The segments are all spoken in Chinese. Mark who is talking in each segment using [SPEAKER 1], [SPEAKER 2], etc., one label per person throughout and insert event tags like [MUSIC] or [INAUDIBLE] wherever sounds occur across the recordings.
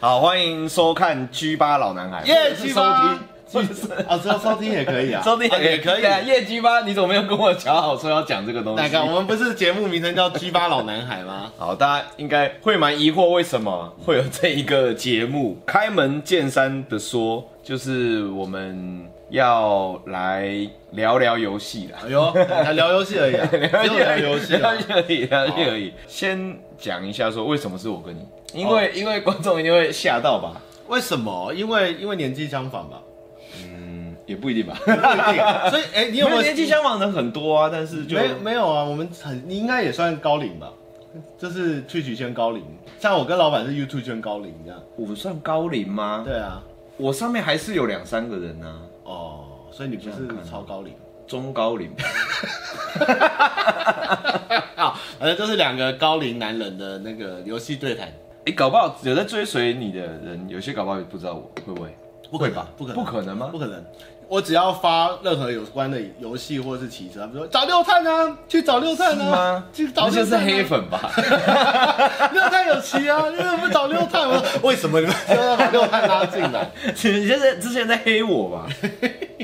[SPEAKER 1] 好，欢迎收看《G 八老男孩》，
[SPEAKER 2] 耶
[SPEAKER 1] 是
[SPEAKER 2] G
[SPEAKER 1] 收
[SPEAKER 2] 八
[SPEAKER 1] 听，
[SPEAKER 2] 啊，只要收听也可以啊，
[SPEAKER 1] [LAUGHS] 收听
[SPEAKER 2] 啊也可以。
[SPEAKER 1] 业绩吧？你怎么没有跟我讲好说要讲这个东西？
[SPEAKER 2] 那个，我们不是节目名称叫《G 八老男孩》吗？
[SPEAKER 1] 好，大家应该会蛮疑惑，为什么会有这一个节目？开门见山的说，就是我们要来聊聊游戏啦。
[SPEAKER 2] 哎呦，来聊游戏而已啊，只有聊游戏
[SPEAKER 1] 聊
[SPEAKER 2] 啊哦
[SPEAKER 1] 游。戏而已，聊游戏而已。先讲一下说为什么是我跟你，因为、因为观众一定会吓到吧？
[SPEAKER 2] 为什么？因为因为年纪相仿吧。
[SPEAKER 1] 嗯，也不一定吧。
[SPEAKER 2] 不一定所以，哎，你有没有
[SPEAKER 1] 年纪相仿的很多啊？但是就
[SPEAKER 2] 没没有啊，我们很你应该也算高龄吧，就是去曲圈高龄，像我跟老板是 YouTube 圈高龄这样。
[SPEAKER 1] 我算高龄吗？
[SPEAKER 2] 对啊，
[SPEAKER 1] 我上面还是有两三个人呢、啊，
[SPEAKER 2] 哦，所以你不是超高龄
[SPEAKER 1] 中高龄。 [LAUGHS]
[SPEAKER 2] 啊，反正就是两个高龄男人的那个游戏对谈，
[SPEAKER 1] 哎、搞不好有在追随你的人，有些搞不好也不知道我会不会。
[SPEAKER 2] 不可
[SPEAKER 1] 会吧
[SPEAKER 2] 能，不
[SPEAKER 1] 不
[SPEAKER 2] 可能，
[SPEAKER 1] 可能吗
[SPEAKER 2] 不可能。我只要发任何有关的游戏或是骑车，比如说找六探啊，去找六探
[SPEAKER 1] 是
[SPEAKER 2] 啊
[SPEAKER 1] 吗，？
[SPEAKER 2] 去找
[SPEAKER 1] 那
[SPEAKER 2] 六探、啊。
[SPEAKER 1] 就是黑。粉吧？ [LAUGHS]
[SPEAKER 2] 六探有骑啊， [LAUGHS] 你怎么不找六
[SPEAKER 1] [LAUGHS]
[SPEAKER 2] 探？我说为什么你们就要把六探拉进来？
[SPEAKER 1] 你就是之前在黑我
[SPEAKER 2] [LAUGHS]
[SPEAKER 1] 吧？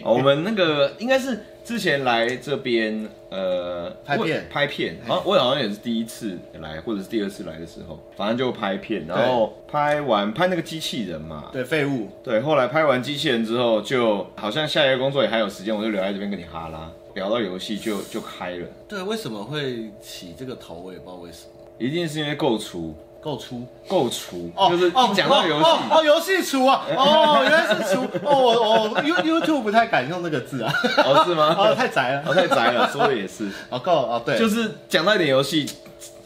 [SPEAKER 1] 哦我们那个应该是之前来这边呃
[SPEAKER 2] 拍片
[SPEAKER 1] 我
[SPEAKER 2] 哎
[SPEAKER 1] 拍片，好像我好像也是第一次来，或者是第二次来的时候，反正就拍片，然后拍完拍那个机器人嘛，
[SPEAKER 2] 对，废物。
[SPEAKER 1] 对，后来拍完机器人之后，就好像下一个工作也还有时间，我就留在这边跟你哈拉，聊到游戏就就开了，
[SPEAKER 2] 对，为什么会起这个头？我也不知道为什么。
[SPEAKER 1] 一定是因为够厨，
[SPEAKER 2] 够粗
[SPEAKER 1] 够厨，哦就是一讲到游戏。
[SPEAKER 2] 哦哦，游戏厨啊，哦，原来是厨哦，我我 You YouTube 不太敢用这个字啊，
[SPEAKER 1] 哦，是
[SPEAKER 2] 哦，
[SPEAKER 1] 吗？
[SPEAKER 2] 太宅了，
[SPEAKER 1] 我太宅了，说的也是，
[SPEAKER 2] 哦够哦 [LAUGHS] 对，
[SPEAKER 1] 就是讲到一点游戏，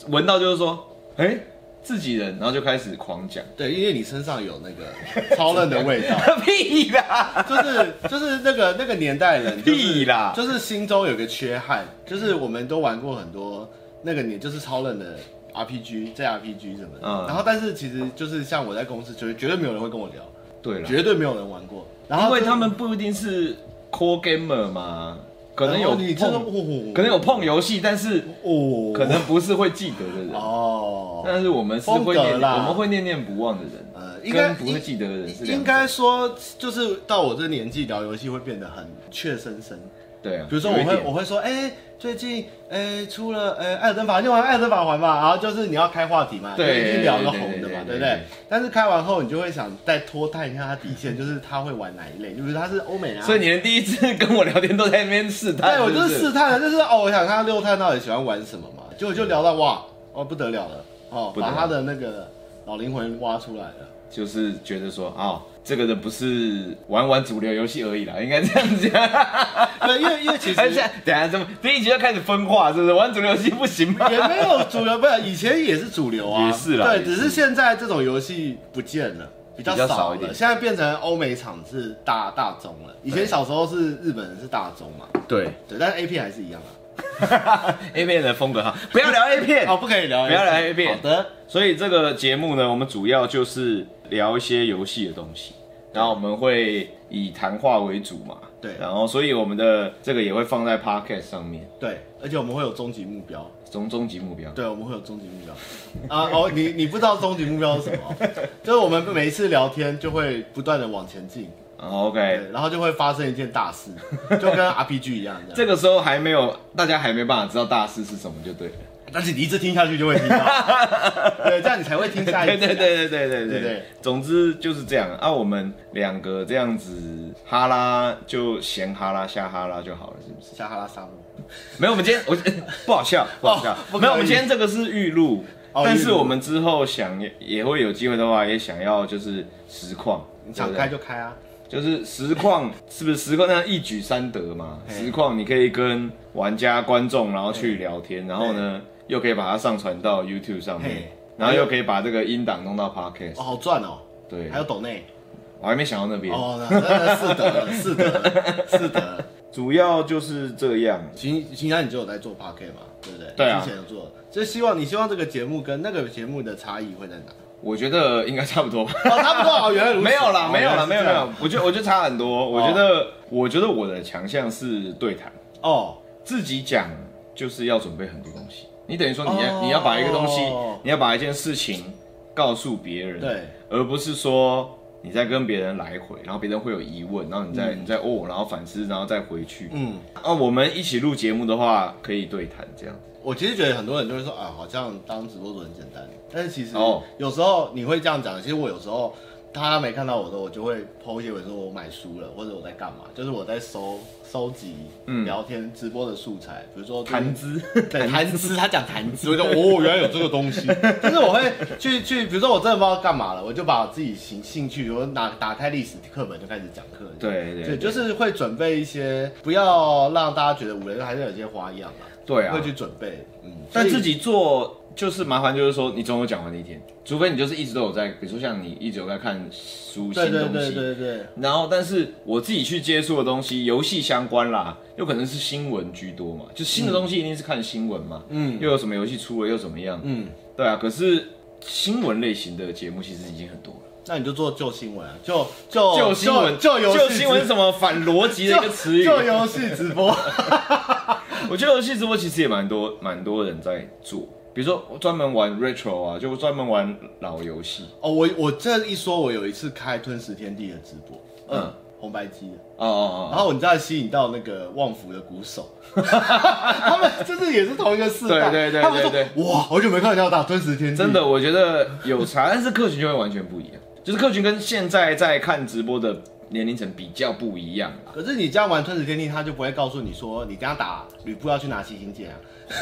[SPEAKER 1] 闻到就是说，哎、自己人，然后就开始狂
[SPEAKER 2] [LAUGHS]
[SPEAKER 1] 讲，
[SPEAKER 2] 对，因为你身上有那个超人的味道，
[SPEAKER 1] 屁啦，
[SPEAKER 2] 就是就是那个那个年代人，就是
[SPEAKER 1] 屁啦，
[SPEAKER 2] 就是心中有个缺憾，就是我们都玩过很多那个年就是超人的 RPG、JRPG 什么的，
[SPEAKER 1] 嗯
[SPEAKER 2] 然后但是其实就是像我在公司，绝绝对没有人会跟我聊，
[SPEAKER 1] 对了，
[SPEAKER 2] 绝对没有人玩过，然后
[SPEAKER 1] 因为
[SPEAKER 2] 就
[SPEAKER 1] 他们不一定是 core gamer 嘛，可能有
[SPEAKER 2] 哦你这个
[SPEAKER 1] 碰，
[SPEAKER 2] 哦
[SPEAKER 1] 可能有碰游戏，但是
[SPEAKER 2] 哦，
[SPEAKER 1] 可能不是会记得的人，
[SPEAKER 2] 哦，
[SPEAKER 1] 但是我们是会念，
[SPEAKER 2] 风格啦
[SPEAKER 1] 我们会念念不忘的人，啊
[SPEAKER 2] 呃，应该
[SPEAKER 1] 跟不会记得的人是两种
[SPEAKER 2] 应该说就是到我这年纪聊游戏会变得很怯生生。
[SPEAKER 1] 对啊，
[SPEAKER 2] 比如说我
[SPEAKER 1] 有一
[SPEAKER 2] 会
[SPEAKER 1] 点
[SPEAKER 2] 我会说，哎、最近哎、出了哎《艾尔登法环》，就玩《艾尔登法环》嘛，然后就是你要开话题嘛，
[SPEAKER 1] 对
[SPEAKER 2] 就一定聊个红的嘛，
[SPEAKER 1] 对对对
[SPEAKER 2] 对
[SPEAKER 1] 对对
[SPEAKER 2] 不对？但是开完后你就会想再拖探一下他
[SPEAKER 1] [LAUGHS]
[SPEAKER 2] 底线，就是他会玩哪一类，就是他是欧美啊，
[SPEAKER 1] 所以你们第一次跟我聊天都在那边试探，
[SPEAKER 2] 对我就是
[SPEAKER 1] 是不
[SPEAKER 2] 试探了，就是哦，我想看他六探到底喜欢玩什么嘛，结果就聊到哇，哦不得了了，哦，
[SPEAKER 1] 不得
[SPEAKER 2] 把
[SPEAKER 1] 了
[SPEAKER 2] 他的那个老灵魂挖出来了。
[SPEAKER 1] [LAUGHS] 就是觉得说啊、这个人不是玩玩主流游戏而已啦，应该这样讲。
[SPEAKER 2] [LAUGHS] 对，因为因为其实
[SPEAKER 1] 而且等一下这么第一集就开始分化，是不是？玩主流游戏不行吗？
[SPEAKER 2] [LAUGHS] 也没有主流，不是以前也是主流啊，
[SPEAKER 1] 也是啦
[SPEAKER 2] 对，
[SPEAKER 1] 也是
[SPEAKER 2] 只是现在这种游戏不见了，比较
[SPEAKER 1] 比较少
[SPEAKER 2] 少
[SPEAKER 1] 一
[SPEAKER 2] 了，
[SPEAKER 1] 点
[SPEAKER 2] 现在变成欧美厂是大大宗了。以前小时候是日本人是大宗嘛，
[SPEAKER 1] 对
[SPEAKER 2] 对，但是 A 片还是一样啊。
[SPEAKER 1] [LAUGHS] ，A 片的风格哈，不要聊 A 片。
[SPEAKER 2] [LAUGHS] 哦，不可以聊，
[SPEAKER 1] 哎不要聊 A 片
[SPEAKER 2] 好的，
[SPEAKER 1] 所以这个节目呢，我们主要就是聊一些游戏的东西，然后我们会以谈话为主嘛。
[SPEAKER 2] 对
[SPEAKER 1] 然后所以我们的这个也会放在 podcast 上面，
[SPEAKER 2] 对，而且我们会有终极目标，
[SPEAKER 1] 终终极目标。
[SPEAKER 2] 对，我们会有终极目标。啊，哦，你你不知道终极目标是什
[SPEAKER 1] [LAUGHS]
[SPEAKER 2] 么？就是我们每一次聊天就会不断的往前进，
[SPEAKER 1] o k
[SPEAKER 2] 对，然后就会发生一件大事，就跟 RPG 一样这样。
[SPEAKER 1] 这个时候还没有，大家还没办法知道大师是什么就对了。
[SPEAKER 2] 但是你一直听下去就会
[SPEAKER 1] [LAUGHS]
[SPEAKER 2] 听到，对，这样你才会听下一
[SPEAKER 1] 对
[SPEAKER 2] 集啊
[SPEAKER 1] 对对对对对对
[SPEAKER 2] 对对
[SPEAKER 1] 总之就是这样啊。我们两个这样子哈拉就闲哈拉瞎哈拉就好了，是不是？
[SPEAKER 2] 撒哈拉沙漠，
[SPEAKER 1] 没有，我们今天我 [LAUGHS] 不好笑，不好笑。
[SPEAKER 2] 哦不
[SPEAKER 1] 没
[SPEAKER 2] 可以
[SPEAKER 1] 有，我们今天这个是预录，
[SPEAKER 2] 哦
[SPEAKER 1] 但
[SPEAKER 2] 预
[SPEAKER 1] 是
[SPEAKER 2] 录
[SPEAKER 1] 我们之后想也也会有机会的话，也想要就是实况，
[SPEAKER 2] 你
[SPEAKER 1] 对
[SPEAKER 2] 想
[SPEAKER 1] 不
[SPEAKER 2] 开
[SPEAKER 1] 对？
[SPEAKER 2] 就开啊。
[SPEAKER 1] 就是实况是不是实况那样一举三得嘛？
[SPEAKER 2] 嘿
[SPEAKER 1] 实况你可以跟玩家、观众然后去聊天，然后呢又可以把它上传到 YouTube 上面
[SPEAKER 2] 嘿，
[SPEAKER 1] 然后又可以把这个音档弄到 Podcast。
[SPEAKER 2] 哦，好赚哦，
[SPEAKER 1] 对，
[SPEAKER 2] 还有抖内，
[SPEAKER 1] 我还没想到那边，
[SPEAKER 2] 哦，那那是的，是 [LAUGHS] 的，是的。
[SPEAKER 1] 主要就是这样。
[SPEAKER 2] 秦秦安，你就有在做 p a r k 嘛，对不对？
[SPEAKER 1] 对啊
[SPEAKER 2] 之前有做，就希望你希望这个节目跟那个节目的差异会在哪？
[SPEAKER 1] 我觉得应该差不多吧。
[SPEAKER 2] 哦，差不多，哦，原来如此。
[SPEAKER 1] 没有啦，
[SPEAKER 2] 哦
[SPEAKER 1] 没有啦，没有。
[SPEAKER 2] 原来是这
[SPEAKER 1] 没
[SPEAKER 2] 样
[SPEAKER 1] 有。我觉得我觉得差很多。我觉得我觉得我的强项是对谈，
[SPEAKER 2] 哦，
[SPEAKER 1] 自己讲就是要准备很多东西。你等于说你要
[SPEAKER 2] 哦
[SPEAKER 1] 你要把一个东西
[SPEAKER 2] 哦，
[SPEAKER 1] 你要把一件事情告诉别人，
[SPEAKER 2] 对，
[SPEAKER 1] 而不是说你在跟别人来回，然后别人会有疑问，然后你再、你再哦，然后反思，然后再回去。
[SPEAKER 2] 嗯，
[SPEAKER 1] 啊，我们一起录节目的话，可以对谈这样。
[SPEAKER 2] 我其实觉得很多人就会说啊，好像当直播主很简单，但是其实
[SPEAKER 1] 哦
[SPEAKER 2] 有时候你会这样讲，其实我有时候他没看到我的时候，我就会 PO 一些文说我买书了，或者我在干嘛，就是我在收收集
[SPEAKER 1] 嗯
[SPEAKER 2] 聊天直播的素材，比如说就是
[SPEAKER 1] 谈资，
[SPEAKER 2] 对谈资，他讲谈资，我就哦，原来有这个东西。就是我会去去，比如说我真的不知道干嘛了，我就把自己兴兴趣，我拿打开历史课本就开始讲课。
[SPEAKER 1] [LAUGHS] 对对
[SPEAKER 2] 对，就是会准备一些，不要让大家觉得无聊，还是有一些花样嘛。
[SPEAKER 1] 对啊
[SPEAKER 2] 会，去准备。嗯，
[SPEAKER 1] 但
[SPEAKER 2] 所以
[SPEAKER 1] 自己做就是麻烦，就是说你总有讲完的一天，除非你就是一直都有在，比如说像你一直有在看书、新
[SPEAKER 2] 对对
[SPEAKER 1] 东
[SPEAKER 2] 对
[SPEAKER 1] 西。
[SPEAKER 2] 对对，
[SPEAKER 1] 然后，但是我自己去接触的东西，游戏相关啦，有可能是新闻居多嘛，就新的东西一定是看新闻嘛，
[SPEAKER 2] 嗯
[SPEAKER 1] 又有什么游戏出了又怎么样，
[SPEAKER 2] 嗯，
[SPEAKER 1] 对啊。可是新闻类型的节目其实已经很多了。
[SPEAKER 2] 那你就做旧新闻啊，就就
[SPEAKER 1] 旧新闻，
[SPEAKER 2] 就游
[SPEAKER 1] 旧
[SPEAKER 2] 戏
[SPEAKER 1] 新闻是
[SPEAKER 2] 直
[SPEAKER 1] 什么反逻辑的一个词语。
[SPEAKER 2] 就游戏直播。 [LAUGHS]
[SPEAKER 1] 我觉得游戏直播其实也蛮多蛮多人在做，比如说我专门玩 retro 啊，就专门玩老游戏
[SPEAKER 2] 哦，我我这一说，我有一次开吞食天地的直播，嗯
[SPEAKER 1] 嗯，
[SPEAKER 2] 红白机的。
[SPEAKER 1] 哦
[SPEAKER 2] 然
[SPEAKER 1] 哦
[SPEAKER 2] 后你知道吸引到那个旺福的鼓
[SPEAKER 1] [LAUGHS]
[SPEAKER 2] 手，他们就是也是同一个世代，
[SPEAKER 1] 对对对
[SPEAKER 2] 他们
[SPEAKER 1] 对
[SPEAKER 2] 说哇，好久没看到打吞食天
[SPEAKER 1] 哦，
[SPEAKER 2] 地，
[SPEAKER 1] 真的我觉得有差，但是客群就会完全不一样，就是客群跟现在在看直播的年龄层比较不一样啦。
[SPEAKER 2] 可是你这样玩吞食天地，他就不会告诉你说你等一下打吕布要去拿七星剑啊，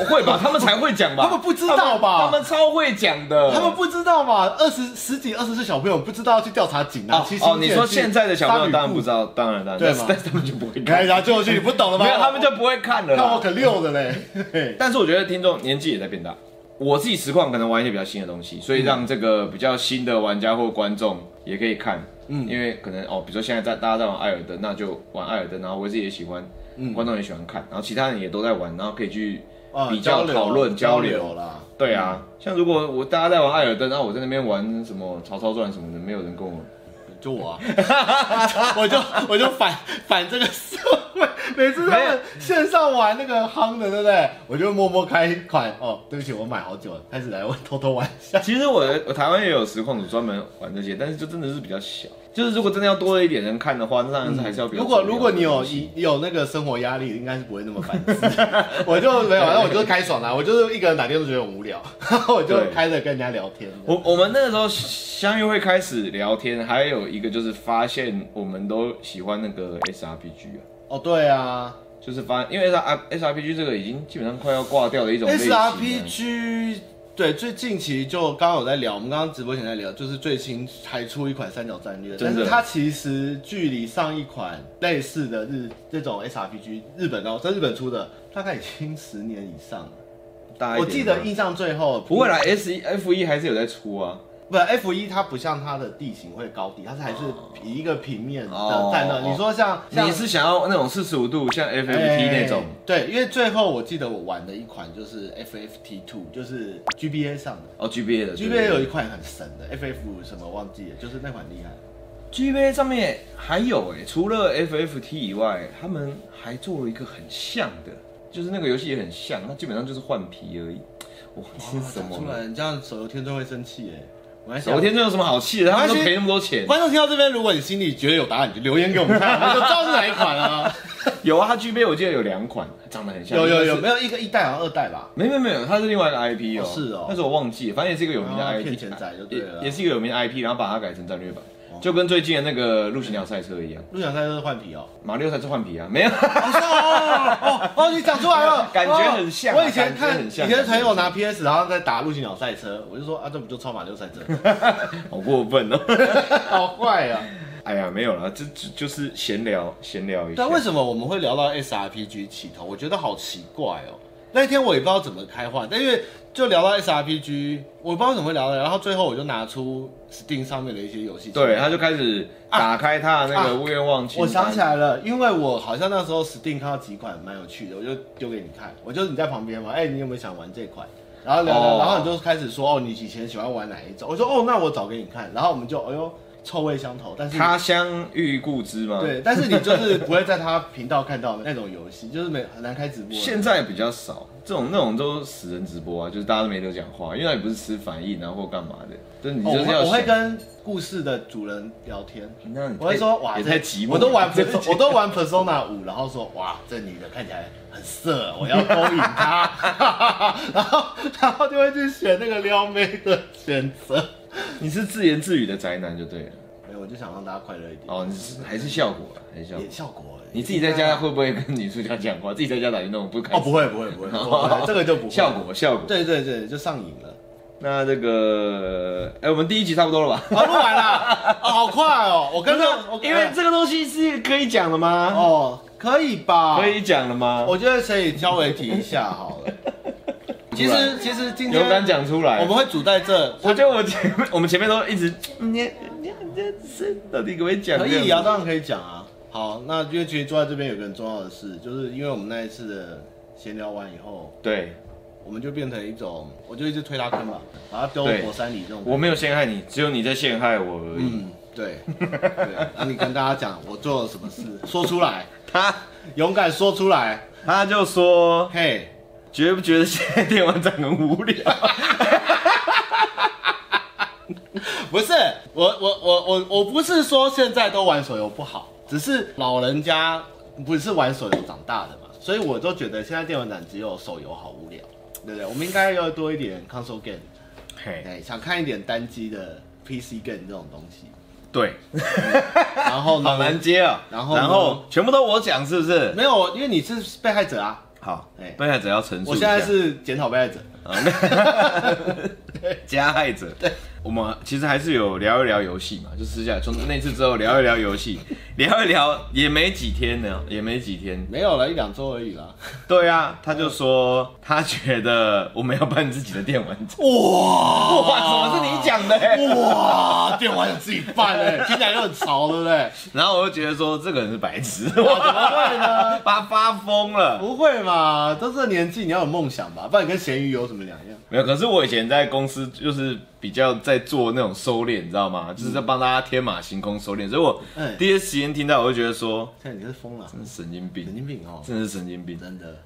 [SPEAKER 1] 会吧？他们才会讲吧？
[SPEAKER 2] 他们不知道吧
[SPEAKER 1] 他们他们超会讲的。
[SPEAKER 2] 他们不知道嘛，二十十几、二十岁小朋友不知道要去调查警啊
[SPEAKER 1] 哦，
[SPEAKER 2] 七星剑
[SPEAKER 1] 哦，你说现在的小朋友当然不知
[SPEAKER 2] 道，
[SPEAKER 1] 道，当然当然，
[SPEAKER 2] 对
[SPEAKER 1] 但是
[SPEAKER 2] 嘛
[SPEAKER 1] 但是他们就不
[SPEAKER 2] [LAUGHS]
[SPEAKER 1] 会
[SPEAKER 2] 哎
[SPEAKER 1] 看，
[SPEAKER 2] 呀，最后去你不懂了吗？
[SPEAKER 1] 没有他们就不会看了啦。
[SPEAKER 2] 看我可溜的嘞，
[SPEAKER 1] [LAUGHS]
[SPEAKER 2] 嘿
[SPEAKER 1] 但是我觉得听众年纪也在变大，我自己实况可能玩一些比较新的东西，所以让这个比较新的玩家或观众也可以看，嗯，因为可能哦，比如说现在在大家在玩艾尔登，那就玩艾尔登，然后我自己也喜欢，观众也喜欢看，然后其他人也都在玩，然后可以去
[SPEAKER 2] 嗯啊
[SPEAKER 1] 比较
[SPEAKER 2] 流嗯
[SPEAKER 1] 讨论交
[SPEAKER 2] 交
[SPEAKER 1] 流
[SPEAKER 2] 啦，
[SPEAKER 1] 对啊，像如果我大家在玩艾尔登，然后我在那边玩什么《曹操传》什么的，没有人跟我。
[SPEAKER 2] 就我、啊， [LAUGHS] 我就我就反反这个 [LAUGHS] 社会，每次他
[SPEAKER 1] 没有
[SPEAKER 2] 们线上玩那个夯的，对不对？我就默默开款哦，对不起，我买好久了，开始来我偷偷玩一下。
[SPEAKER 1] 其实我的我台湾也有实况组专门玩这些，但是就真的是比较小。就是如果真的要多一点人看的话，那当然是还是要比较
[SPEAKER 2] 如
[SPEAKER 1] 多
[SPEAKER 2] 果
[SPEAKER 1] 人看的东西。
[SPEAKER 2] 嗯如果你有一有那个生活压力，应该是不会那么烦 [LAUGHS] 躁。我就没
[SPEAKER 1] [LAUGHS]
[SPEAKER 2] 有，那我就是开爽啦，我就是一个人打电话觉得很无聊， [LAUGHS] 我就
[SPEAKER 1] 对
[SPEAKER 2] 开着跟人家聊天。
[SPEAKER 1] 我我们那个时候相约会开始聊天，还有一个就是发现我们都喜欢那个 SRPG 啊，
[SPEAKER 2] 哦，对啊
[SPEAKER 1] 就是发因为啊 SR SRPG 这个已经基本上快要挂掉的一
[SPEAKER 2] 哎
[SPEAKER 1] 种类型啊
[SPEAKER 2] ，SRPG 对，最近期就刚刚有在聊，我们刚刚直播前在聊，就是最新才出一款三角战略，但
[SPEAKER 1] 真的
[SPEAKER 2] 是它其实距离上一款类似的日这种 SRPG 日本哦，在日本出的大概已经十年以上了。
[SPEAKER 1] 大一
[SPEAKER 2] 我
[SPEAKER 1] 点的
[SPEAKER 2] 记得印象最后
[SPEAKER 1] 不会啦，S 一 F E 一还是有在出啊，
[SPEAKER 2] 不，F 一它不像它的地形会高低，它是还是以一个平面
[SPEAKER 1] 哦
[SPEAKER 2] 的战斗。你说像像
[SPEAKER 1] 你是想要那种四十五度像 FFT
[SPEAKER 2] 哎
[SPEAKER 1] 那种，
[SPEAKER 2] 对，因为最后我记得我玩的一款就是 FFT Two，就是 GBA 上的。
[SPEAKER 1] 哦 GBA 的
[SPEAKER 2] GBA 有一款很神的 FF 什么忘记了，就是那款厉害。
[SPEAKER 1] GBA 上面还有哎、除了 FFT 以外，他们还做了一个很像的，就是那个游戏也很像，那基本上就是换皮而已，我忘记是什么
[SPEAKER 2] 讲出
[SPEAKER 1] 了。
[SPEAKER 2] 来，你这样手游天尊会生气哎。我还想
[SPEAKER 1] 手天这有什么好气的？他们都
[SPEAKER 2] 没关系
[SPEAKER 1] 赔那么多钱。
[SPEAKER 2] 观众听到这边，如果你心里觉得有答案，你就留言给我们看，我们就知道是哪一款
[SPEAKER 1] [LAUGHS]
[SPEAKER 2] 啊。
[SPEAKER 1] 有啊，他 G 杯我记得有两款，长得很像。
[SPEAKER 2] 有有有，
[SPEAKER 1] 一个
[SPEAKER 2] 没有一个一代好像二代吧？
[SPEAKER 1] 是，没有没有没有，它是另外的 IP 哦。
[SPEAKER 2] 哦是哦
[SPEAKER 1] 但是我忘记了，反正也是一个有名的
[SPEAKER 2] 啊
[SPEAKER 1] IP，
[SPEAKER 2] 骗钱仔就对了哦
[SPEAKER 1] 也也是一个有名的 IP，然后把它改成战略版，就跟最近的那个陆行鸟赛车一样，
[SPEAKER 2] 陆小三就是换皮哦。
[SPEAKER 1] 马六才是换皮啊，
[SPEAKER 2] [LAUGHS]
[SPEAKER 1] 没有。
[SPEAKER 2] 哦哦 [LAUGHS] 哦，你讲出来了，
[SPEAKER 1] [LAUGHS]
[SPEAKER 2] 哦
[SPEAKER 1] 感觉很像啊
[SPEAKER 2] 我以
[SPEAKER 1] 感
[SPEAKER 2] 前
[SPEAKER 1] 觉
[SPEAKER 2] 看，以
[SPEAKER 1] 很像
[SPEAKER 2] 前朋友拿 PS，然后在打陆行鸟赛车，我就说啊，这不就超马六赛车？ [LAUGHS]
[SPEAKER 1] 好过分哦。
[SPEAKER 2] 好怪啊！
[SPEAKER 1] [LAUGHS] 哎呀，没有啦，这这就是闲聊闲聊一下
[SPEAKER 2] 但。为什么我们会聊到 SRPG 起头？我觉得好奇怪哦。那一天我也不知道怎么开话，但因为就聊到 SRPG，我不知道怎么会聊的，然后最后我就拿出 Steam 上面的一些游戏。
[SPEAKER 1] 对，他就开始打开他的那个愿望清单。嗯
[SPEAKER 2] 啊我想起来了，因为我好像那时候 Steam 看到几款蛮有趣的，我就丢给你看。我就你在旁边嘛，哎、你有没有想玩这款？然后聊聊
[SPEAKER 1] 哦
[SPEAKER 2] 然后你就开始说哦，你以前喜欢玩哪一种？我说哦，那我找给你看。然后我们就哎呦，臭味相投，但是
[SPEAKER 1] 他乡遇故知吗？，
[SPEAKER 2] 对，但是你就是不会在他频道看到的那种游戏，就是没很难开直播。
[SPEAKER 1] 现在比较少，这种那种都死人直播啊，就是大家都没得讲话，因为它也不是吃反应啊或干嘛的，就是你
[SPEAKER 2] 哦
[SPEAKER 1] 就
[SPEAKER 2] 我
[SPEAKER 1] 是
[SPEAKER 2] 会
[SPEAKER 1] 要
[SPEAKER 2] 我会
[SPEAKER 1] 想
[SPEAKER 2] 跟故事的主人聊天，
[SPEAKER 1] 那你
[SPEAKER 2] 我会
[SPEAKER 1] 太
[SPEAKER 2] 说哇，
[SPEAKER 1] 也
[SPEAKER 2] 这
[SPEAKER 1] 太寂寞了，
[SPEAKER 2] 我都玩
[SPEAKER 1] 这
[SPEAKER 2] Persona- 我都玩 Persona 五，然后说哇，这女的看起来很色，我要勾引她， [LAUGHS] 然后然后就会去选那个撩妹的选择。
[SPEAKER 1] 你是自言自语的宅男就对了。
[SPEAKER 2] 没有，我就想让大家快乐一点，
[SPEAKER 1] 哦，你是还是效果啊，还是效果
[SPEAKER 2] 演。效果而已。
[SPEAKER 1] 你自己在家会不会跟女主角讲话？自己在家打电动不开
[SPEAKER 2] 啊哦，
[SPEAKER 1] 心？
[SPEAKER 2] 不会不会不会，不会这个就不
[SPEAKER 1] [LAUGHS]
[SPEAKER 2] 会
[SPEAKER 1] 效。果效果。
[SPEAKER 2] 对对对，就上瘾了。
[SPEAKER 1] 那这个，哎、我们第一集差不多了吧？
[SPEAKER 2] 啊，录完了，哦，好快哦！我刚刚我
[SPEAKER 1] 啊因为这个东西是可以讲的吗？
[SPEAKER 2] 哦，可以吧？
[SPEAKER 1] 可以讲的吗？
[SPEAKER 2] 我觉得可以稍微提一下好
[SPEAKER 1] [LAUGHS]
[SPEAKER 2] 了。其实其实今天
[SPEAKER 1] 勇敢讲出来。
[SPEAKER 2] 我们会煮在这，
[SPEAKER 1] 我觉得我前面我们前面都一直，嗯你你你这到底可不可以讲？
[SPEAKER 2] 可以啊，，当然可以讲啊。好，那因为其实坐在这边有个很重要的事，就是因为我们那一次的闲聊完以后，
[SPEAKER 1] 对，
[SPEAKER 2] 我们就变成一种，我就一直推他坑嘛，把他丢
[SPEAKER 1] 对
[SPEAKER 2] 火山里这种。
[SPEAKER 1] 我没有陷害你，只有你在陷害我而已。
[SPEAKER 2] 嗯，对，对。那你跟大家讲我做了什么事，说出 [LAUGHS] 来，
[SPEAKER 1] 他
[SPEAKER 2] 勇敢说出来。
[SPEAKER 1] 他就说，
[SPEAKER 2] 嘿，
[SPEAKER 1] 觉不觉得现在电玩展很无聊？
[SPEAKER 2] 不是，我我我我我不是说现在都玩手游不好，只是老人家不是玩手游长大的嘛，所以我都觉得现在电玩展只有手游好无聊，对不对？我们应该要多一点 console game。
[SPEAKER 1] 嘿，
[SPEAKER 2] 哎，想看一点单机的 PC game 这种东西，
[SPEAKER 1] 对，
[SPEAKER 2] 然后
[SPEAKER 1] 好
[SPEAKER 2] 呢
[SPEAKER 1] 难，接啊。
[SPEAKER 2] 哦然后呢
[SPEAKER 1] 然后全部都我讲是不是？
[SPEAKER 2] 没有，因为你是被害者啊，
[SPEAKER 1] 好
[SPEAKER 2] 哎，
[SPEAKER 1] 被害者要陈述
[SPEAKER 2] 我
[SPEAKER 1] 一
[SPEAKER 2] 现
[SPEAKER 1] 下。
[SPEAKER 2] 在是检讨被害者，
[SPEAKER 1] 加害者。对，我们其实还是有聊一聊游戏嘛，就私下从那次之后聊一聊游戏，聊一聊也没几天呢，也没几天。
[SPEAKER 2] 没有了一两周而已啦。
[SPEAKER 1] 对啊，他就说他觉得我们要办自己的电玩展。
[SPEAKER 2] 哇
[SPEAKER 1] 哇，怎么是你讲的、欸？
[SPEAKER 2] 哇，电玩自己办哎，听起来就很潮，对不对？
[SPEAKER 1] 然后我就觉得说这个人是白 [LAUGHS] 痴，我
[SPEAKER 2] 怎么会呢？
[SPEAKER 1] [LAUGHS] 发发疯了。
[SPEAKER 2] 不会嘛，都这年纪你要有梦想吧，不然你跟咸鱼有什么两样？
[SPEAKER 1] 没有，可是我以前在公司就是比较在做那种收敛，你知道吗？就是在帮大家天马行空收敛，所以我
[SPEAKER 2] 嗯
[SPEAKER 1] 第一时间听到我就觉得说，
[SPEAKER 2] 现在你是疯了，
[SPEAKER 1] 真是神经
[SPEAKER 2] 神
[SPEAKER 1] 病，
[SPEAKER 2] 经病哦，
[SPEAKER 1] 真的是神经病。
[SPEAKER 2] 真的。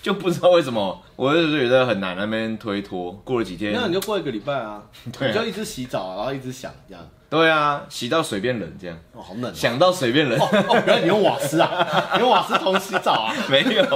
[SPEAKER 1] 就不知道为什么，我就觉得很难那边推脱。过了几天
[SPEAKER 2] 没，有你就过一个礼拜啊，
[SPEAKER 1] [LAUGHS] 对啊
[SPEAKER 2] 你就一直洗澡，然后一直想这样，
[SPEAKER 1] 对啊，洗到水变冷这样，
[SPEAKER 2] 哦，好冷哦。
[SPEAKER 1] 想到水变冷，
[SPEAKER 2] 哦，原来你用瓦斯啊， [LAUGHS] 你用瓦斯桶洗澡
[SPEAKER 1] [LAUGHS]
[SPEAKER 2] [LAUGHS] 啊？
[SPEAKER 1] 没有。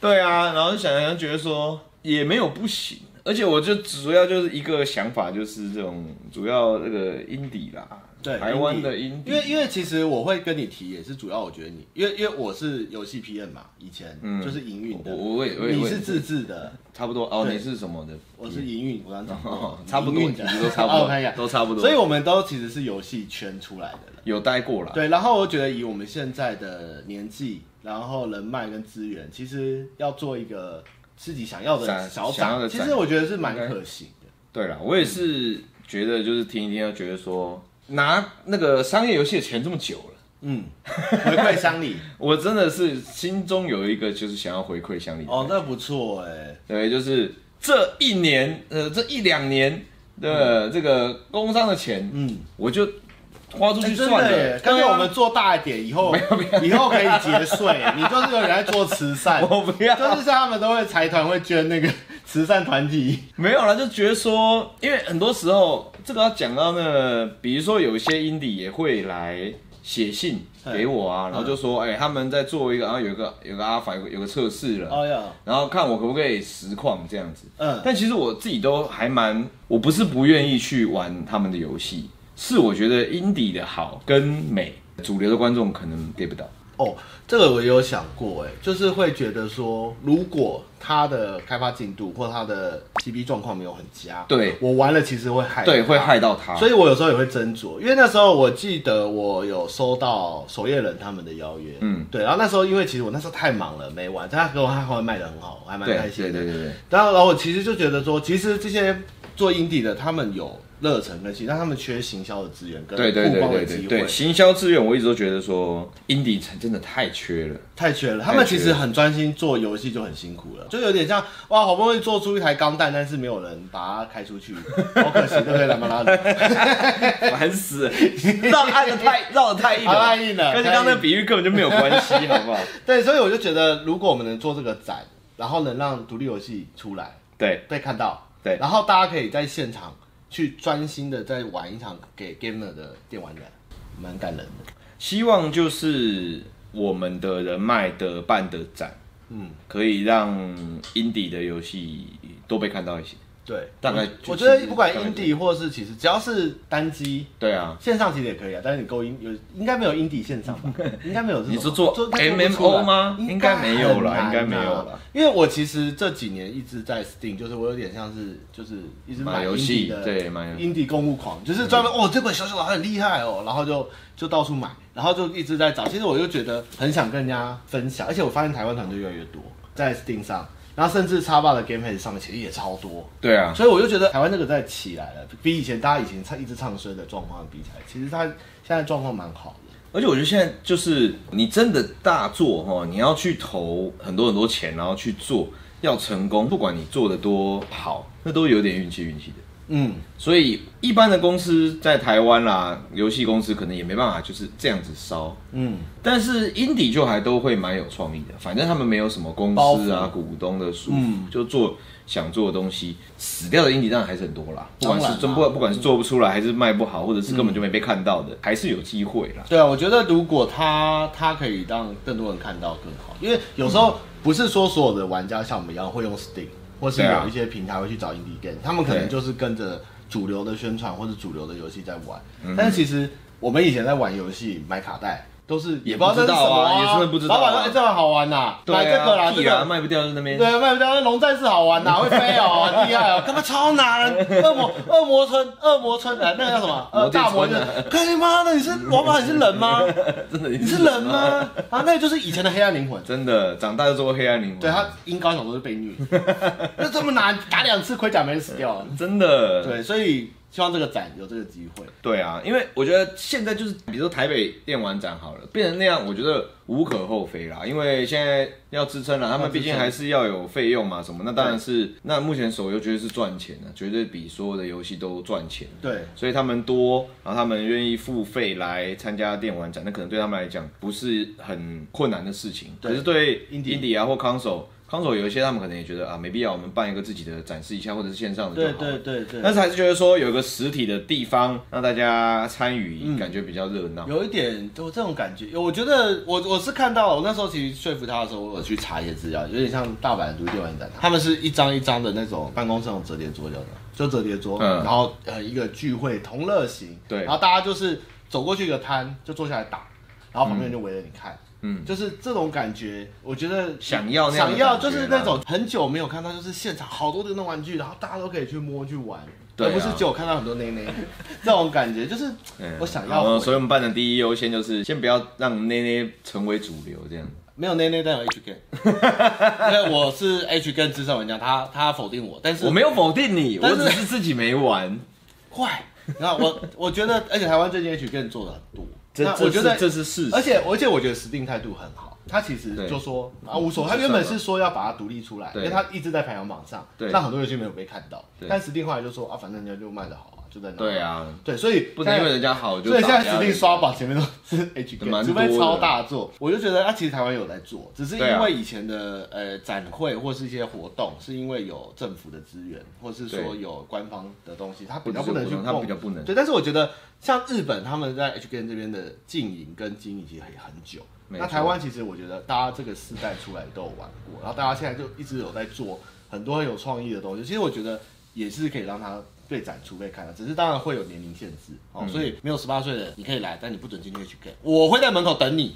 [SPEAKER 1] 对啊，然后就想想觉得说也没有不行，而且我就主要就是一个想法，就是这种主要那个英底啦，
[SPEAKER 2] 对，
[SPEAKER 1] 台湾的英
[SPEAKER 2] 因
[SPEAKER 1] 底，
[SPEAKER 2] 因为因为其实我会跟你提，也是主要我觉得你，因为因为我是游戏 PM 嘛，以前就是营运的，
[SPEAKER 1] 我嗯我我也我也
[SPEAKER 2] 你
[SPEAKER 1] 我也
[SPEAKER 2] 是自制的，
[SPEAKER 1] 差不多哦，
[SPEAKER 2] 对
[SPEAKER 1] 你是什么的？
[SPEAKER 2] 我是营运，我刚刚讲
[SPEAKER 1] 哦
[SPEAKER 2] 过，
[SPEAKER 1] [LAUGHS] 差不多，
[SPEAKER 2] 营
[SPEAKER 1] 其
[SPEAKER 2] 运的
[SPEAKER 1] 实都差
[SPEAKER 2] [LAUGHS] 哦
[SPEAKER 1] 不
[SPEAKER 2] 我看一
[SPEAKER 1] 多
[SPEAKER 2] 下，
[SPEAKER 1] 都差不多。
[SPEAKER 2] 所以我们都其实是游戏圈出来的人。
[SPEAKER 1] 有待过啦。
[SPEAKER 2] 对，然后我觉得以我们现在的年纪，然后人脉跟资源，其实要做一个自己想要的
[SPEAKER 1] 展
[SPEAKER 2] 小
[SPEAKER 1] 想要
[SPEAKER 2] 展，
[SPEAKER 1] 的
[SPEAKER 2] 其
[SPEAKER 1] 展
[SPEAKER 2] 实我觉得是蛮
[SPEAKER 1] 应该
[SPEAKER 2] 可行的。
[SPEAKER 1] 对啦，我也是觉得，就是听一听，就觉得说拿那个商业游戏的钱这么久了，
[SPEAKER 2] 嗯，回馈乡
[SPEAKER 1] [LAUGHS]
[SPEAKER 2] 里，
[SPEAKER 1] 我真的是心中有一个就是想要回馈乡里，
[SPEAKER 2] 哦，那不错哎、
[SPEAKER 1] 对，就是这一年，呃，这一两年的这个工商的钱，
[SPEAKER 2] 嗯，哎
[SPEAKER 1] 我就花出去
[SPEAKER 2] 真
[SPEAKER 1] 算
[SPEAKER 2] 的
[SPEAKER 1] 了。
[SPEAKER 2] 耶，干
[SPEAKER 1] 对
[SPEAKER 2] 脆
[SPEAKER 1] 啊
[SPEAKER 2] 我们做大一点，
[SPEAKER 1] [LAUGHS]
[SPEAKER 2] 以后以后可以节税，你就是有人在做慈善，
[SPEAKER 1] 啊我不要
[SPEAKER 2] 就是像他们都会财团会捐那个 [LAUGHS] 慈善团体，
[SPEAKER 1] 没有啦，就觉得说，因为很多时候这个要讲到那个，比如说有一些 indie 也会来写信给我啊，然后就说，哎、他们在做一个，然啊后有一个有个阿法有个有个测试了，
[SPEAKER 2] 哎呀，
[SPEAKER 1] 然后看我可不可以实况这样子。
[SPEAKER 2] 嗯，
[SPEAKER 1] 但其实我自己都还蛮，我不是不愿意去玩他们的游戏，是我觉得 indie 的好跟美，主流的观众可能 get 不到。
[SPEAKER 2] 哦，这个我也有想过，哎，就是会觉得说，如果它的开发进度或它的 CP 状况没有很佳，
[SPEAKER 1] 对
[SPEAKER 2] 我玩了其实会害，
[SPEAKER 1] 对，会害到他。
[SPEAKER 2] 所
[SPEAKER 1] 以
[SPEAKER 2] 以我有时候也会斟酌，因为那时候我记得我有收到守夜人他们的邀约，嗯
[SPEAKER 1] 嗯，
[SPEAKER 2] 对，然后那时候因为其实我那时候太忙了没玩，但他给我他后来卖的很好，我还蛮
[SPEAKER 1] 对
[SPEAKER 2] 开心
[SPEAKER 1] 对
[SPEAKER 2] 的。
[SPEAKER 1] 对对对，
[SPEAKER 2] 然后然后我其实就觉得说，其实这些做 indie 的他们有热忱跟心，但他们缺行销的资源跟
[SPEAKER 1] 对对
[SPEAKER 2] 曝
[SPEAKER 1] 对
[SPEAKER 2] 光的
[SPEAKER 1] 对
[SPEAKER 2] 机
[SPEAKER 1] 对
[SPEAKER 2] 会，
[SPEAKER 1] 对，行销资源我一直都觉得说，indie 层真的太缺了。
[SPEAKER 2] 太缺了。他们其实很专心做游戏就很辛苦了，就有点像哇，好不容易做出一台钢弹，但是没有人把它开
[SPEAKER 1] [LAUGHS]
[SPEAKER 2] 出去，好可惜，对不对？拉巴拉里，
[SPEAKER 1] 烦死了， [LAUGHS] 绕按的
[SPEAKER 2] [LAUGHS]
[SPEAKER 1] 太绕的太硬
[SPEAKER 2] 好太
[SPEAKER 1] 了，
[SPEAKER 2] 硬了 [LAUGHS]
[SPEAKER 1] 跟刚刚那比喻根本就没有关系，好不好？
[SPEAKER 2] 对，所以我就觉得，如果我们能做这个展，然后能让独立游戏出来
[SPEAKER 1] 对
[SPEAKER 2] 被看到，
[SPEAKER 1] 对
[SPEAKER 2] 然后大家可以在现场去专心的再玩一场给 gamer 的电玩展，蛮感人的。
[SPEAKER 1] 希望就是我们的人脉的办的展，
[SPEAKER 2] 嗯，
[SPEAKER 1] 可以让 indie 的游戏多被看到一些。
[SPEAKER 2] 对，
[SPEAKER 1] 大概
[SPEAKER 2] 我我
[SPEAKER 1] 就
[SPEAKER 2] 觉得
[SPEAKER 1] 是
[SPEAKER 2] 不管
[SPEAKER 1] 大概这
[SPEAKER 2] indie 或是其实只要是单机。
[SPEAKER 1] 对啊，
[SPEAKER 2] 线上其实也可以啊，但是你够 in 有应该没有 indie 线上吧？
[SPEAKER 1] [LAUGHS]
[SPEAKER 2] 应该没有这种。
[SPEAKER 1] 你是做
[SPEAKER 2] 应该做不出来
[SPEAKER 1] MMO 吗
[SPEAKER 2] 应
[SPEAKER 1] 应该没有啦
[SPEAKER 2] 很难啊
[SPEAKER 1] 应该没有啦。
[SPEAKER 2] 因为我其实这几年一直在 Steam，就是我有点像是就是一直
[SPEAKER 1] 买游
[SPEAKER 2] indie
[SPEAKER 1] 戏
[SPEAKER 2] 的
[SPEAKER 1] 对买游戏嗯
[SPEAKER 2] indie 购物狂，就是专门哦这本小小的很厉害哦，然后就就到处买，然后就一直在找。其实我就觉得很想跟人家分享，而且我发现台湾团队越来越多在 Steam 上，然后甚至叉爸的 Gamehead 上面其实也超多。
[SPEAKER 1] 对啊，
[SPEAKER 2] 所以我就觉得台湾这个在起来了，比以前大家以前唱一直唱衰的状况比起来，其实它现在状况蛮好的。
[SPEAKER 1] 而且我觉得现在就是你真的大做哈，你要去投很多很多钱，然后去做，要成功，不管你做的多好，那都有点运气运气的。
[SPEAKER 2] 嗯，
[SPEAKER 1] 所以一般的公司在台湾啦，游戏公司可能也没办法就是这样子烧，
[SPEAKER 2] 嗯，
[SPEAKER 1] 但是 indie 就还都会蛮有创意的，反正他们没有什么公司啊、股东的束缚，
[SPEAKER 2] 嗯
[SPEAKER 1] 就做想做的东西。死掉的 indie 当然还是很多啦，不管
[SPEAKER 2] 当
[SPEAKER 1] 是
[SPEAKER 2] 然
[SPEAKER 1] 真
[SPEAKER 2] 啦
[SPEAKER 1] 不不管是做不出来，还是卖不好，或者是根本就没被看到
[SPEAKER 2] 嗯
[SPEAKER 1] 的，还是有机会啦。
[SPEAKER 2] 对啊，我觉得如果它它可以让更多人看到更好，因为有时候不是说所有的玩家像我们一样会用 Steam，或
[SPEAKER 1] 嗯
[SPEAKER 2] 是
[SPEAKER 1] 对啊
[SPEAKER 2] 有一些平台会去找 Indie Game，他们可能
[SPEAKER 1] 对
[SPEAKER 2] 就是跟着主流的宣传或者主流的游戏在玩。
[SPEAKER 1] 嗯
[SPEAKER 2] 但是其实我们以前在玩游戏买卡带。都是
[SPEAKER 1] 也
[SPEAKER 2] 不知
[SPEAKER 1] 不
[SPEAKER 2] 道
[SPEAKER 1] 知
[SPEAKER 2] 这是
[SPEAKER 1] 道
[SPEAKER 2] 什么
[SPEAKER 1] 啊也真的不知道啊
[SPEAKER 2] 老板说：“哎、这玩好玩呐、
[SPEAKER 1] 对
[SPEAKER 2] 买这个啦，
[SPEAKER 1] 啊，
[SPEAKER 2] 这
[SPEAKER 1] 屁
[SPEAKER 2] 个
[SPEAKER 1] 啦，卖不掉就那边。
[SPEAKER 2] 对，卖不掉。龙战士好玩 [LAUGHS] 呐、会飞哦，很厉害哦，干嘛超难？恶 [LAUGHS] 魔恶魔村，恶魔村啊，那个叫什么？呃，
[SPEAKER 1] 魔界
[SPEAKER 2] 大 [LAUGHS] 魔
[SPEAKER 1] 村啊
[SPEAKER 2] 干你妈的！你是王八，你是人 [LAUGHS] 吗？
[SPEAKER 1] 真的
[SPEAKER 2] 你是人？ [LAUGHS] 吗？啊，那个就是以前的黑暗灵魂。
[SPEAKER 1] 真的，长大就做黑暗灵魂。
[SPEAKER 2] 对他音高小都是被 [LAUGHS] 虐，那这么难打两次盔甲没人死掉了。
[SPEAKER 1] 真的，
[SPEAKER 2] 对，所以希望这个展有这个机会。
[SPEAKER 1] 对啊，因为我觉得现在就是，比如说台北电玩展好了，变成那样，我觉得无可厚非啦。因为现在要支撑了，他们毕竟还是要有费用嘛，什么那当然是，那目前手游绝对是赚钱的，绝对比所有的游戏都赚钱。
[SPEAKER 2] 对，
[SPEAKER 1] 所以他们多，然后他们愿意付费来参加电玩展，那可能对他们来讲不是很困难的事情。
[SPEAKER 2] 对
[SPEAKER 1] 可是对
[SPEAKER 2] Indie
[SPEAKER 1] indie 啊或 console console 有一些他们可能也觉得啊没必要，我们办一个自己的展示一下，或者是线上的就
[SPEAKER 2] 对
[SPEAKER 1] 好了。
[SPEAKER 2] 对对对，
[SPEAKER 1] 但是还是觉得说有一个实体的地方让大家参与，感觉比较热闹。
[SPEAKER 2] 嗯有一点就这种感觉。我觉得我我是看到了，我那时候其实说服他的时候，我有去查一些资料，有点像大阪的独立电玩展，他们是一张一张的那种办公室那种折叠桌叫什么？就折叠桌，
[SPEAKER 1] 嗯
[SPEAKER 2] 然后呃一个聚会同乐型，
[SPEAKER 1] 对
[SPEAKER 2] 然后大家就是走过去一个摊就坐下来打，然后旁边人就围着你看。嗯，就是这种感觉，我觉得
[SPEAKER 1] 想要那样的
[SPEAKER 2] 想要
[SPEAKER 1] 感觉
[SPEAKER 2] 就是
[SPEAKER 1] 啦
[SPEAKER 2] 那种很久没有看到，就是现场好多的那种玩具，然后大家都可以去摸去玩，
[SPEAKER 1] 对啊
[SPEAKER 2] 而不是只有看到很多内内，这种感觉就是
[SPEAKER 1] 嗯
[SPEAKER 2] 我想
[SPEAKER 1] 好
[SPEAKER 2] 要回
[SPEAKER 1] 所以我们办的第一优先就是先不要让内内成为主流，这样。
[SPEAKER 2] 没有内内，但有 H 跟，因为我是 H 跟资深玩家，他他否定我，但是
[SPEAKER 1] 我没有否定你，
[SPEAKER 2] 但
[SPEAKER 1] 我
[SPEAKER 2] 是
[SPEAKER 1] 只是自己没
[SPEAKER 2] [LAUGHS]
[SPEAKER 1] 玩。
[SPEAKER 2] 坏。然后我我觉得，而且台湾最近 H 跟做的很多，
[SPEAKER 1] 这
[SPEAKER 2] 那
[SPEAKER 1] 这
[SPEAKER 2] 我觉得
[SPEAKER 1] 是这是事
[SPEAKER 2] 而
[SPEAKER 1] 实。
[SPEAKER 2] 且而且我觉得 Steam 态度很好，他其实
[SPEAKER 1] 对嗯
[SPEAKER 2] 就说啊无所谓，他原本是说要把它独立出来，
[SPEAKER 1] 对
[SPEAKER 2] 因为他一直在排行榜上，
[SPEAKER 1] 对
[SPEAKER 2] 让很多游戏没有被看到，
[SPEAKER 1] 对
[SPEAKER 2] 但 Steam 后来就说啊，反正人家就卖的好啊，就在那，
[SPEAKER 1] 对啊，
[SPEAKER 2] 对，所以
[SPEAKER 1] 不能
[SPEAKER 2] 现
[SPEAKER 1] 因
[SPEAKER 2] 在
[SPEAKER 1] 为人家好就
[SPEAKER 2] 所以现在
[SPEAKER 1] 打压
[SPEAKER 2] 指定
[SPEAKER 1] 人
[SPEAKER 2] 刷榜前面都是 H
[SPEAKER 1] [LAUGHS] 蛮
[SPEAKER 2] K，
[SPEAKER 1] 多
[SPEAKER 2] 除非超大作，我就觉得啊，其实台湾有在做，只是
[SPEAKER 1] 对
[SPEAKER 2] 因
[SPEAKER 1] 啊
[SPEAKER 2] 为以前的呃展会或是一些活动，是因为有政府的资源，或是说
[SPEAKER 1] 对
[SPEAKER 2] 有官方的东西，它比
[SPEAKER 1] 或者
[SPEAKER 2] 较
[SPEAKER 1] 是
[SPEAKER 2] 不能去
[SPEAKER 1] 活动它
[SPEAKER 2] 碰
[SPEAKER 1] 比较不能
[SPEAKER 2] 对，但是我觉得像日本他们在 H K 这边的经营跟经营其实也很久。
[SPEAKER 1] 没
[SPEAKER 2] 那
[SPEAKER 1] 错
[SPEAKER 2] 台湾其实我觉得大家这个世代出来都有玩过，然后大家现在就一直有在做很多很有创意的东西。其实我觉得也是可以让它被展出被看到，只是当然会有年龄限制哦，
[SPEAKER 1] 嗯
[SPEAKER 2] 所以没有十八岁的你可以来，但你不准进去去看。我会在门口
[SPEAKER 1] [LAUGHS]
[SPEAKER 2] 等你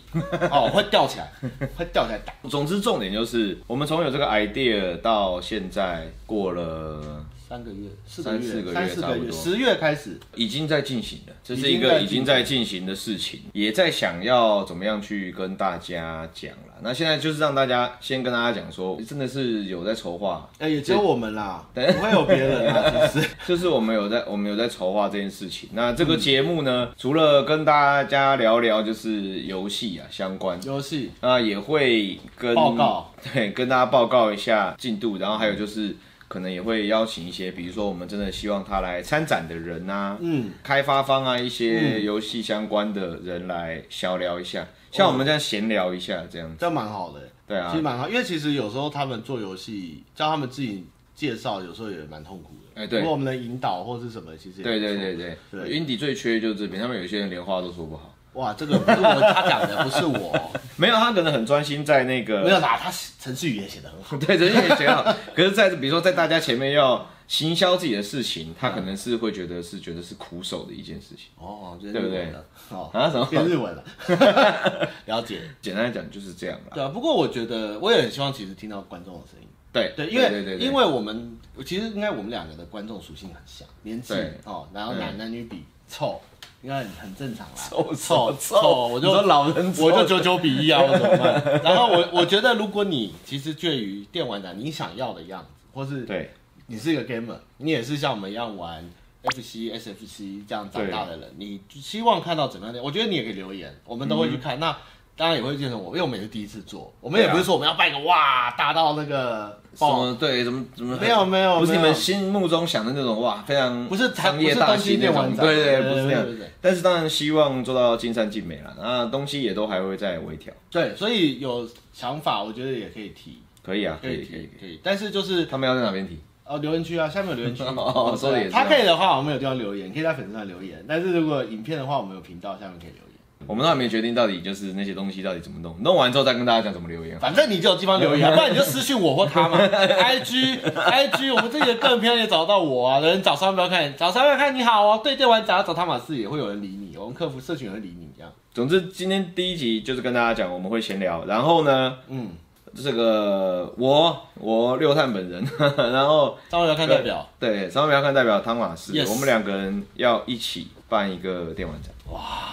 [SPEAKER 2] 哦，我会吊起来，会吊起来打。
[SPEAKER 1] 总之重点就是，我们从有这个 idea 到现在过了，
[SPEAKER 2] 三个月，四
[SPEAKER 1] 三四个月
[SPEAKER 2] 三四
[SPEAKER 1] 差
[SPEAKER 2] 个
[SPEAKER 1] 不
[SPEAKER 2] 月，
[SPEAKER 1] 多
[SPEAKER 2] 十月开始，
[SPEAKER 1] 已经在进行了，这是
[SPEAKER 2] 已
[SPEAKER 1] 一
[SPEAKER 2] 经在
[SPEAKER 1] 个
[SPEAKER 2] 进行
[SPEAKER 1] 已经在进行的事情，也在想要怎么样去跟大家讲了。那现在就是让大家先跟大家讲说，真的是有在筹划，
[SPEAKER 2] 哎、也只有我们啦，不会有别人
[SPEAKER 1] [LAUGHS]
[SPEAKER 2] 啦，其实。
[SPEAKER 1] 就是我们有在我们有在筹划这件事情。那这个节目呢，除了跟大家聊聊就是游戏啊相关，
[SPEAKER 2] 游戏
[SPEAKER 1] 那也会跟
[SPEAKER 2] 报告，
[SPEAKER 1] 对，跟大家报告一下进度，然后还有就是。可能也会邀请一些，比如说我们真的希望他来参展的人啊，
[SPEAKER 2] 嗯，
[SPEAKER 1] 开发方啊，一些游戏相关的人来小聊一下，像我们这样闲聊一下这样。
[SPEAKER 2] 这样蛮好的，
[SPEAKER 1] 对啊
[SPEAKER 2] 其实蛮好，因为其实有时候他们做游戏，叫他们自己介绍，有时候也蛮痛苦的。
[SPEAKER 1] 哎对
[SPEAKER 2] 如果我们能引导或是什么，其实也
[SPEAKER 1] 对对
[SPEAKER 2] 不错
[SPEAKER 1] 对对
[SPEAKER 2] 对
[SPEAKER 1] 对，云底最缺就是这边，他们有些人连话都说不好。
[SPEAKER 2] 哇，这个不是我他讲的，不是我， [LAUGHS]
[SPEAKER 1] 没有，他可能很专心在那
[SPEAKER 2] 没
[SPEAKER 1] 个，
[SPEAKER 2] 有啦，他程序语也写的很
[SPEAKER 1] [LAUGHS]
[SPEAKER 2] 好。
[SPEAKER 1] 对，人也写好。可是在，比如说在大家前面要行销自己的事情，他可能是会觉得是觉得是苦手的一件事情
[SPEAKER 2] 哦，就是
[SPEAKER 1] 对不
[SPEAKER 2] 日
[SPEAKER 1] 对
[SPEAKER 2] 文了，哦，
[SPEAKER 1] 啊？
[SPEAKER 2] [LAUGHS]
[SPEAKER 1] 什么？
[SPEAKER 2] 变日文了， [LAUGHS] 了解。
[SPEAKER 1] 简单来讲就是这样啦。
[SPEAKER 2] 对啊，不过我觉得我也很希望其实听到观众的声音。
[SPEAKER 1] 对
[SPEAKER 2] 对，因为
[SPEAKER 1] 对对对
[SPEAKER 2] 因为我们其实应该我们两个的观众属性很像，年纪
[SPEAKER 1] 对
[SPEAKER 2] 哦，然后男男女比凑，应该很很正常啦。
[SPEAKER 1] 凑
[SPEAKER 2] 凑
[SPEAKER 1] 凑
[SPEAKER 2] 凑，我就
[SPEAKER 1] 你说老人凑
[SPEAKER 2] 我就九九比一啊，我怎么办？然后我我 [LAUGHS] 觉得，如果你其实介于电玩展你想要的样子，或是
[SPEAKER 1] 对
[SPEAKER 2] 你是一个 gamer，你也是像我们一样玩 FC、SFC 这样长大的人，你希望看到怎么样的？我觉得你也可以留言，我们都会去看。那当然也会见成我，因为我们也是第一次做，我们也
[SPEAKER 1] 嗯对啊
[SPEAKER 2] 不是说我们要办一个哇大到那个
[SPEAKER 1] 什
[SPEAKER 2] 爆
[SPEAKER 1] 么对怎么怎么
[SPEAKER 2] 没有没有
[SPEAKER 1] 不是
[SPEAKER 2] 没
[SPEAKER 1] 你
[SPEAKER 2] 有
[SPEAKER 1] 们心目中想的那种哇，非常
[SPEAKER 2] 不是台
[SPEAKER 1] 商业大型那
[SPEAKER 2] 不
[SPEAKER 1] 种，对
[SPEAKER 2] 是东西电玩展
[SPEAKER 1] 对，不是那样
[SPEAKER 2] 对对对。
[SPEAKER 1] 但是当然希望做到尽善尽美啦，那东西也都还会再微调，
[SPEAKER 2] 对，所以有想法，我觉得也可以提，
[SPEAKER 1] 可以啊，可以
[SPEAKER 2] 提，
[SPEAKER 1] 可以。可以
[SPEAKER 2] 可以。但是就是
[SPEAKER 1] 他们要在哪边提？
[SPEAKER 2] 呃，留言区啊，下面有留言区，
[SPEAKER 1] [LAUGHS] 哦说得也是啊
[SPEAKER 2] 他可以的话，我们有地方留言，可以在粉丝团留言。但是如果影片的话，我们有频道下面可以留言。
[SPEAKER 1] 我们都还没决定到底就是那些东西到底怎么弄，弄完之后再跟大家讲怎么留言。
[SPEAKER 2] 反正你就有地方留言，啊不然你就私信我或他嘛。IG [LAUGHS] IG，我们这里的更片也找到我啊。有人找上不要看，找上不要看你好哦。对电玩找找汤马斯也会有人理你，我们客服社群也会理你这样。
[SPEAKER 1] 总之，今天第一集就是跟大家讲我们会闲聊，然后呢，
[SPEAKER 2] 嗯，
[SPEAKER 1] 这个我我六探本人， [LAUGHS] 然后
[SPEAKER 2] 上不要看代表，
[SPEAKER 1] 对，三位要看代表汤马士
[SPEAKER 2] Yes
[SPEAKER 1] 我们两个人要一起办一个电玩展。
[SPEAKER 2] 好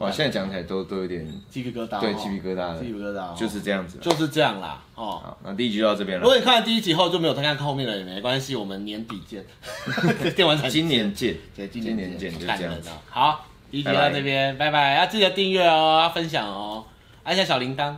[SPEAKER 1] 哇，
[SPEAKER 2] 吧，
[SPEAKER 1] 哦现在讲起来都都有点
[SPEAKER 2] 鸡皮疙瘩哦，
[SPEAKER 1] 对鸡皮疙瘩了
[SPEAKER 2] 鸡皮疙瘩哦，
[SPEAKER 1] 就是这样子了。
[SPEAKER 2] 就是这样啦，哦。
[SPEAKER 1] 好，那第一集就到这边
[SPEAKER 2] 如
[SPEAKER 1] 了，
[SPEAKER 2] 果你看完第一集后就没有再看后面了也没关系，我们年底
[SPEAKER 1] [LAUGHS]
[SPEAKER 2] 见。电玩展
[SPEAKER 1] 今年见，
[SPEAKER 2] 对今
[SPEAKER 1] 今年
[SPEAKER 2] 年
[SPEAKER 1] 见，就
[SPEAKER 2] 看
[SPEAKER 1] 这
[SPEAKER 2] 人
[SPEAKER 1] 样子。
[SPEAKER 2] 啊。好，第一集
[SPEAKER 1] 拜
[SPEAKER 2] 到
[SPEAKER 1] 拜
[SPEAKER 2] 这边，拜拜，要记得订阅哦，要分享哦，按下小铃铛。